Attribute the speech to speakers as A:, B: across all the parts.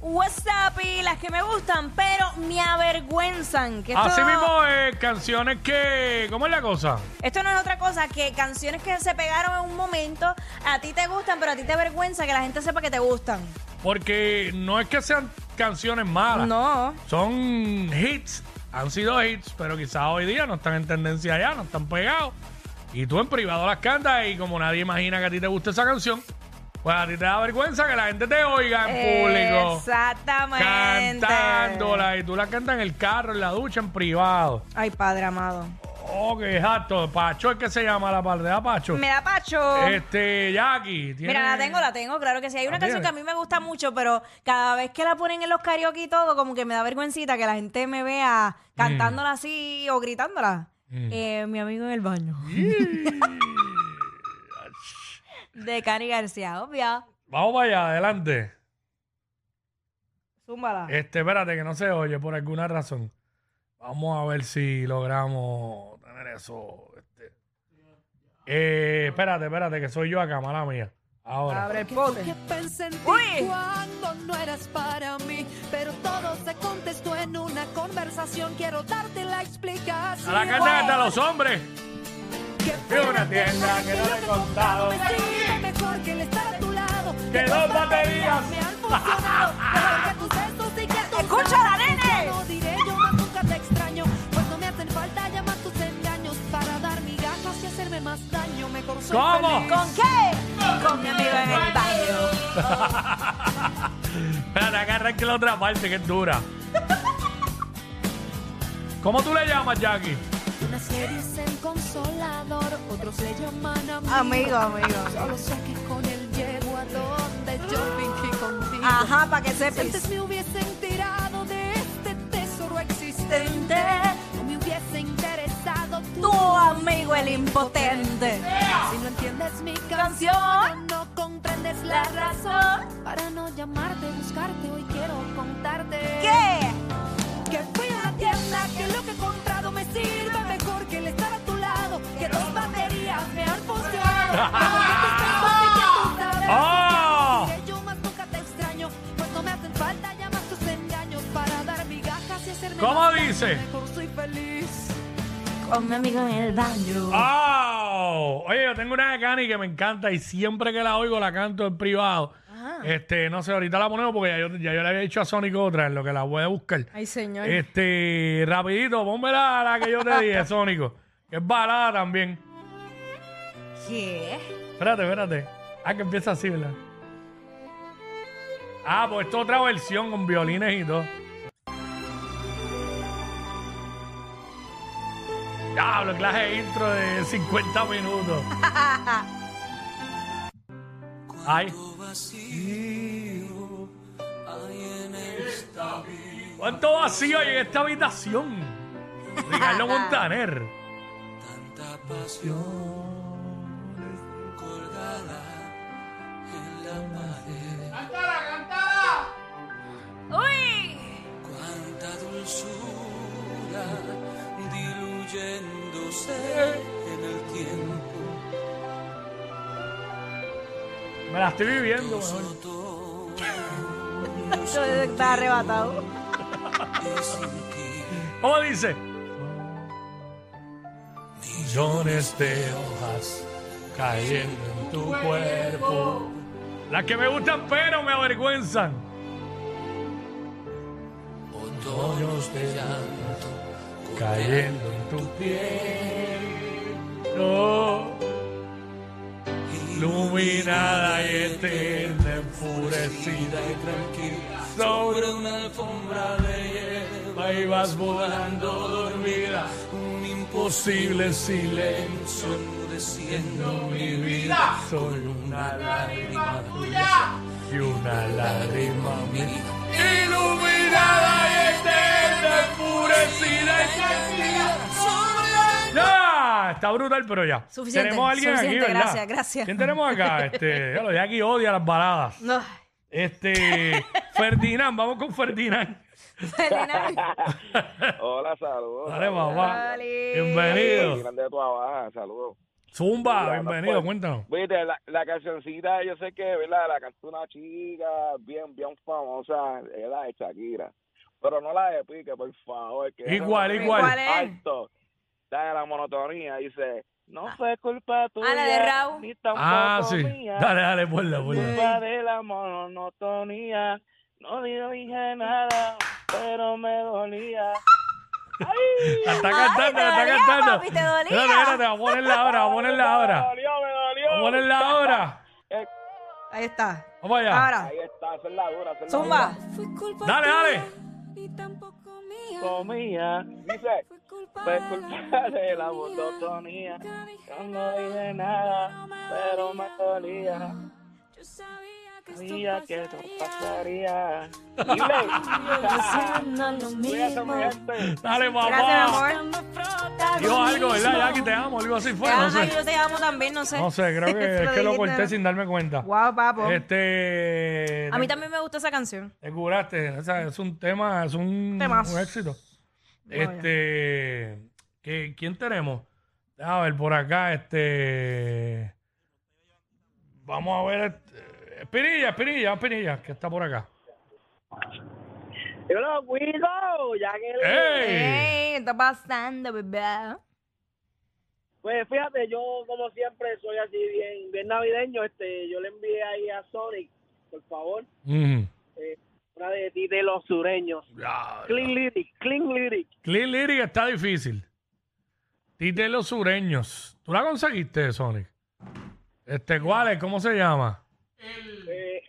A: WhatsApp y las que me gustan, pero me avergüenzan. Que esto,
B: Así mismo es, canciones que... ¿Cómo es la cosa?
A: esto no es otra cosa que canciones que se pegaron en un momento, a ti te gustan, pero a ti te avergüenza que la gente sepa que te gustan.
B: Porque no es que sean canciones malas.
A: No.
B: Son hits. Han sido hits, pero quizás hoy día no están en tendencia ya, no están pegados. Y tú en privado las cantas y como nadie imagina que a ti te gusta esa canción, pues a ti te da vergüenza que la gente te oiga en público.
A: Exactamente.
B: Cantándola y tú la cantas en el carro, en la ducha, en privado.
A: Ay, padre amado.
B: Oh, qué jato. Pacho es que se llama la parte de Pacho.
A: Me da pacho.
B: Este, Jackie. tiene- Ah,
A: Mira, la tengo, la tengo, claro que sí. Hay una
B: La tiene.
A: canción que a mí me gusta mucho, pero cada vez que la ponen en los karaoke y todo, como que me da vergüencita que la gente me vea
B: Mm.
A: cantándola así o gritándola. Eh, mi amigo en el baño. De Cani García, obvia.
B: Vamos para allá, adelante.
A: Zúmbala.
B: Este, espérate, que no se oye por alguna razón. Vamos a ver si logramos tener eso. este. Eh, espérate, espérate, que soy yo acá, mala mía. Ahora.
A: Abre el pote.
C: Que pensé en ti
A: Uy.
C: cuando no eras para mí, pero todo se contestó en una conversación. Quiero darte la
B: A
C: explicación.
B: la carta hasta los hombres.
C: Que
B: Fui a una tienda que no le he contado.
C: Me sirve mejor que el estar a tu lado.
B: Que
C: tus
B: dos baterías.
C: me han funcionado. Mejor que tus besos y que tus
A: ¡Escúchala,
C: abrazos.
A: nene!
C: Ya no diré yo más nunca te extraño, pues no me hacen falta llamar tus engaños para dar migajas y hacerme más daño. Mejor soy
B: ¿Cómo?
C: feliz.
A: ¿Con qué? Con mi amigo en el baño.
B: Espérate, agarra que la otra parte que es dura. ¿Cómo tú le llamas, Jackie?
C: Unas le dicen consolador, otros le llaman amigo.
A: Amigo, amigo.
C: Solo sé que con él llego a donde yo fingí contigo.
A: Ajá, para que
C: Si antes
A: sepas.
C: me hubiesen tirado de este tesoro existente, no me hubiese interesado tú.
A: Tu amigo el impotente.
C: Si no entiendes mi canción,
A: Canción.
C: no comprendes la razón. Para no llamarte, buscarte, hoy quiero contarte.
A: ¿Qué?
C: Que fui a la tienda, que lo que he comprado me sirve mejor que el estar a tu lado. Que dos baterías me han funcionado.
B: ¡Ah!
C: Que yo más nunca te extraño, pues no me hacen falta llamar tus engaños para dar migajas y hacerme
B: ¿Cómo
C: más daño.
B: dice?
C: Mejor soy feliz.
A: Con mi amigo en el baño.
B: Ah. ¡Oh! Oye, yo tengo una de Cani que me encanta y siempre que la oigo la canto en privado. Este, no sé, ahorita la ponemos porque ya yo, ya yo le había dicho a Sonic otra, en lo que la voy a buscar.
A: Ay, señor.
B: Este, rapidito, ponme la, la que yo te dije, Sónico. Que es balada también.
A: ¿Qué?
B: Espérate, espérate. Ah, que empieza así, ¿verdad? Ah, pues esta otra versión con violines y todo. Diablo, clase de intro de 50 minutos. Ay. ¿Cuánto vacío hay en esta habitación? Ricardo Montaner.
A: ¡Uy!
D: Cuánta dulzura diluyéndose en el tiempo.
B: Me la estoy viviendo, mejor.
A: Yo está arrebatado.
B: ¿Cómo dice? Millones de hojas cayendo en tu cuerpo. Las que me gustan pero me avergüenzan. Otoños de llanto cayendo en tu piel. No. Iluminada y eterna, enfurecida y tranquila, sobre una alfombra de hierba y vas volando dormida, un imposible silencio enmudeciendo mi vida, soy una lágrima tuya y una lágrima mía, iluminada y eterna, enfurecida y tranquila, sobre la... ¡Ya! Está brutal, pero ya.
A: Suficiente,
B: Tenemos a alguien
A: suficiente,
B: aquí, ¿verdad?
A: gracias, gracias.
B: ¿Quién tenemos acá? Este, ya lo Jackie odia las baladas.
A: No.
B: Este, Ferdinand, vamos con Ferdinand.
A: Ferdinand.
E: Hola, saludos.
B: Dale, papá.
A: Dale.
B: Bienvenido.
E: Grande de tu abajo, saludos.
B: Zumba,
E: Mira,
B: bienvenido,
E: pues,
B: cuéntanos.
E: Viste, la, la cancioncita, yo sé que, ¿verdad? La cantó una chica bien, bien famosa, es la de Shakira. Pero no la de Pique, por favor. Que
B: Igual,
E: esa-
B: igual.
A: ¿Cuál es?
E: Alto. La de la monotonía, dice, no fue culpa tuya.
A: Ah. la de Raúl.
E: Ni tampoco
B: Ah, sí.
E: mía.
B: Dale, dale, vuelta,
E: culpa
B: vuelta.
E: de la monotonía. No le dije nada, pero me dolía.
B: La está
A: Ay,
B: cantando,
A: te
B: la está
A: dolía,
B: cantando.
A: papi, te dolía.
B: Espérate, espérate, vamos a ponerla ahora, vamos a ponerla
E: Me
B: ahora.
E: dolió, me dolió.
B: Vamos a ponerla ahora.
A: Ahí está.
B: Vamos allá.
A: Ahora,
E: Ahí está, esa es la dura, esa es la
A: zumba.
C: Fue culpa
B: Dale, dale.
C: Y tampoco mía.
E: Comía. Dice,
C: Fue culpa
E: fue culpa de la monotonía. Yo no dije nada, pero me dolía.
C: Yo sabía que
E: Sabía que
C: esto
E: esto pasaría. Dile,
C: No lo
E: cuídate, mi gente.
B: Dale,
A: Gracias,
B: papá.
A: mi amor.
B: Dijo algo, ¿verdad? Jackie, te amo, algo así fue.
A: Te
B: No
A: amo,
B: sé.
A: yo te amo también, no sé.
B: No sé, Eh, creo que es que lo corté sin darme cuenta.
A: Wow, papo.
B: Este.
A: A mí también me gusta esa canción.
B: Te curaste. O sea, es un tema, es un,
A: Temazo.
B: un éxito. Este, ¿qué- ¿quién tenemos? A ver, por acá, este. Vamos a ver. este, Espinilla, Espinilla, Espinilla, que está por acá.
E: Yo lo cuido, ya que
B: Eh. ¡Ey!
A: Ey, ¿qué está pasando, bebé?
E: Pues fíjate, yo como siempre soy así bien, bien navideño, este, yo le envié ahí a Sonic, por favor,
B: Mm.
E: una de ti de los sureños.
B: Ya,
E: Clean lyric, clean lyric.
B: Clean Lyric está difícil. Tite los sureños. ¿Tú la conseguiste, Sonic? Este, ¿cuál es? ¿Cómo se llama?
E: Eh,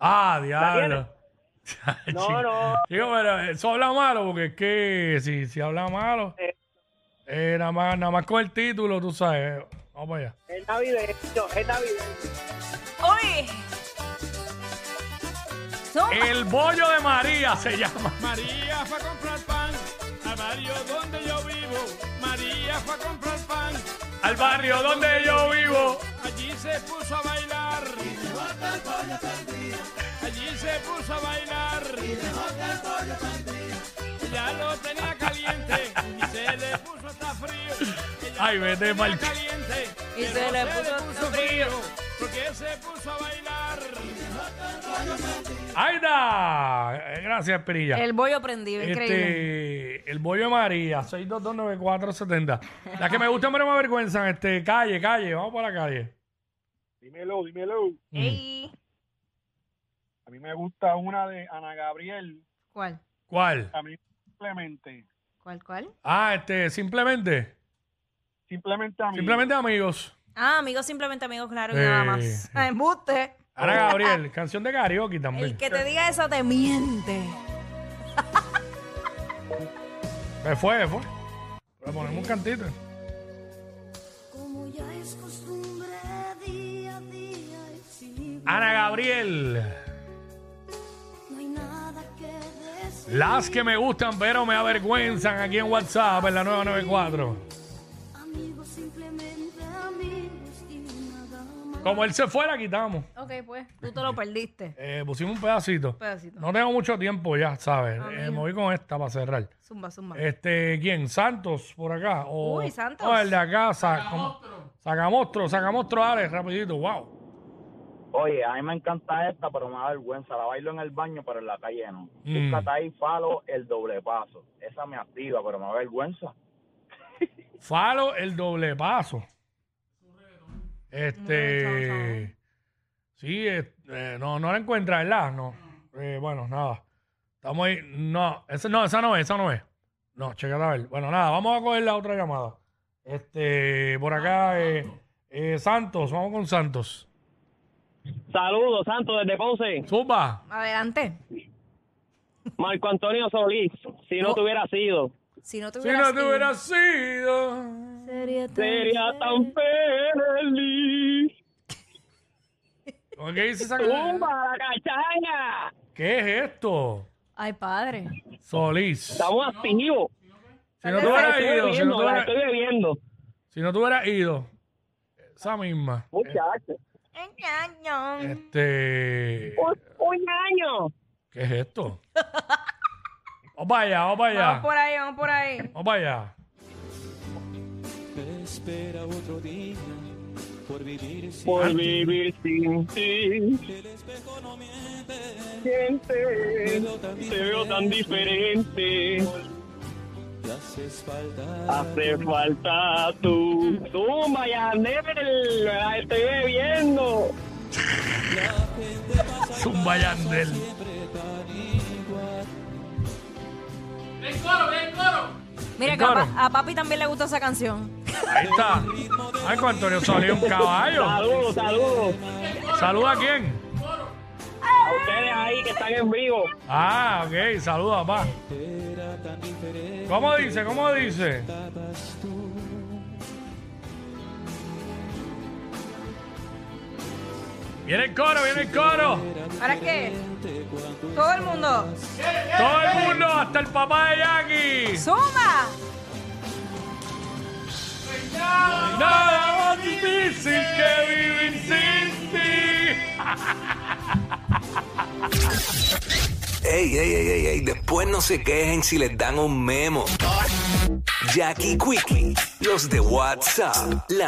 B: Ah, diablo.
E: No,
B: Chico,
E: no.
B: Chico, pero eso habla malo, porque es que si, si habla malo,
E: Eh.
B: eh, nada, más, nada más con el título, tú sabes. Vamos para allá.
E: es navideño, es navideño.
A: ¡Uy! Zumba.
B: El bollo de María se llama.
F: María fue a comprar pan al barrio donde yo vivo. María fue a comprar pan,
B: Al barrio donde yo vivo.
F: allí se puso a bailar. Allí se puso a bailar. Ya lo tenía caliente y se le puso hasta frío. Ella
B: Ay,
F: lo
B: vete
F: tenía
B: pa'l-
F: caliente
A: Y se le puso hasta frío.
F: porque se puso a bailar.
B: Ahí está. Eh, Gracias, Perilla.
A: El bollo prendido, increíble.
B: Este, el bollo de María, 6229470. Las que me gustan, pero me avergüenzan. Este, calle, calle, vamos para la calle.
E: Dímelo, dímelo.
B: mm.
A: Ey,
E: A mí me gusta una de Ana Gabriel,
A: ¿Cuál?
B: ¿Cuál?
E: a mí simplemente,
A: ¿Cuál, cuál?
B: Ah, este, simplemente.
E: simplemente a mí.
B: Simplemente amigos.
A: Ah, amigos, simplemente amigos, claro, y nada más.
B: Eh.
A: Ah, Embuste.
B: Ana Gabriel, canción de karaoke también.
A: El que te diga eso te miente.
B: Me fue, me fue. Le ponemos un cantito.
C: Como ya es costumbre día a día exhibo.
B: Ana Gabriel,
C: No hay nada que decir.
B: las que me gustan pero me avergüenzan aquí en WhatsApp en la 994.
C: Amigos, simplemente amigos y nada más.
B: Como él se fue, la quitamos.
A: Ok, pues, tú te lo perdiste.
B: Eh, pusimos un pedacito.
A: pedacito.
B: No tengo mucho tiempo ya, ¿sabes?
A: Ah,
B: Eh, me voy con esta para cerrar.
A: Zumba, zumba.
B: Este, ¿quién? ¿Santos por acá? O,
A: Uy, Santos.
B: o el de acá, Sacamostro. Sacamostro, Sacamostro Alex, rapidito, wow.
E: Oye, a mí me encanta esta, pero me da vergüenza. La bailo en el baño, pero en la calle no.
B: Mm.
E: Búscate ahí, falo, el doble paso. Esa me activa, pero me da vergüenza.
B: Falo el doble paso. Este. Sí, eh, eh, no, no la encuentra, ¿verdad? No. Eh, bueno, nada. Estamos ahí. No, esa no, esa no es, esa no es. No, checa a ver. Bueno, nada, vamos a coger la otra llamada. Este, por acá, eh, eh, Santos, vamos con Santos.
G: Saludos, Santo, desde Ponce.
B: Zumba.
A: Adelante.
G: Marco Antonio Solís, si no
A: Oh.
G: te hubiera sido,
A: Si no te
B: Si
A: hubieras
B: no te
A: ido,
B: hubiera sido.
A: sería tan
G: sería
A: feliz.
B: Eh.
G: tan feliz.
B: ¿Cómo que dice esa cosa?
G: ¡Tumba la cachaña!
B: ¿Qué es esto?
A: Ay, padre.
B: Solís.
G: Estamos activos.
B: Si no te
G: La
B: hubiera
G: estoy
B: ido, si no te
G: bebiendo, la
B: hubiera-
G: estoy bebiendo.
B: si no te hubiera ido. Esa misma.
G: Muchachos,
A: Engaño.
B: Este.
G: un, un año.
B: ¿Qué es esto? Vamos para allá, vamos para
A: Vamos
B: allá.
A: por ahí, vamos por ahí.
B: Vamos para allá.
D: Te espera otro día por vivir sin
G: Por vivir sin ti,
D: El espejo no miente,
G: siente, te veo tan diferente.
D: te haces falta.
G: Hace falta tú. ¡Tumba, Yanel! ¡La estoy bebiendo!
B: Zumba Yandel.
A: Mira que a,
B: Claro.
A: pa- a papi también le gustó esa canción.
B: Ahí está. Ay, con Antonio Solís, un caballo.
G: Saludos, saludos.
B: ¿Saluda a quién?
G: A ustedes ahí que están en vivo.
B: Ah, ok, saluda, papá. ¿Cómo dice? ¿Cómo dice? Viene el coro, viene el coro.
A: ¿Ahora qué? Todo el mundo.
B: Todo el mundo, hasta el papá de Jackie.
A: ¡Zumba!
B: Nada más difícil que vivir sin ti.
H: Ey, ey, ey, ey, ey, después no se quejen si les dan un memo. Jackie Quickie, los de WhatsApp, la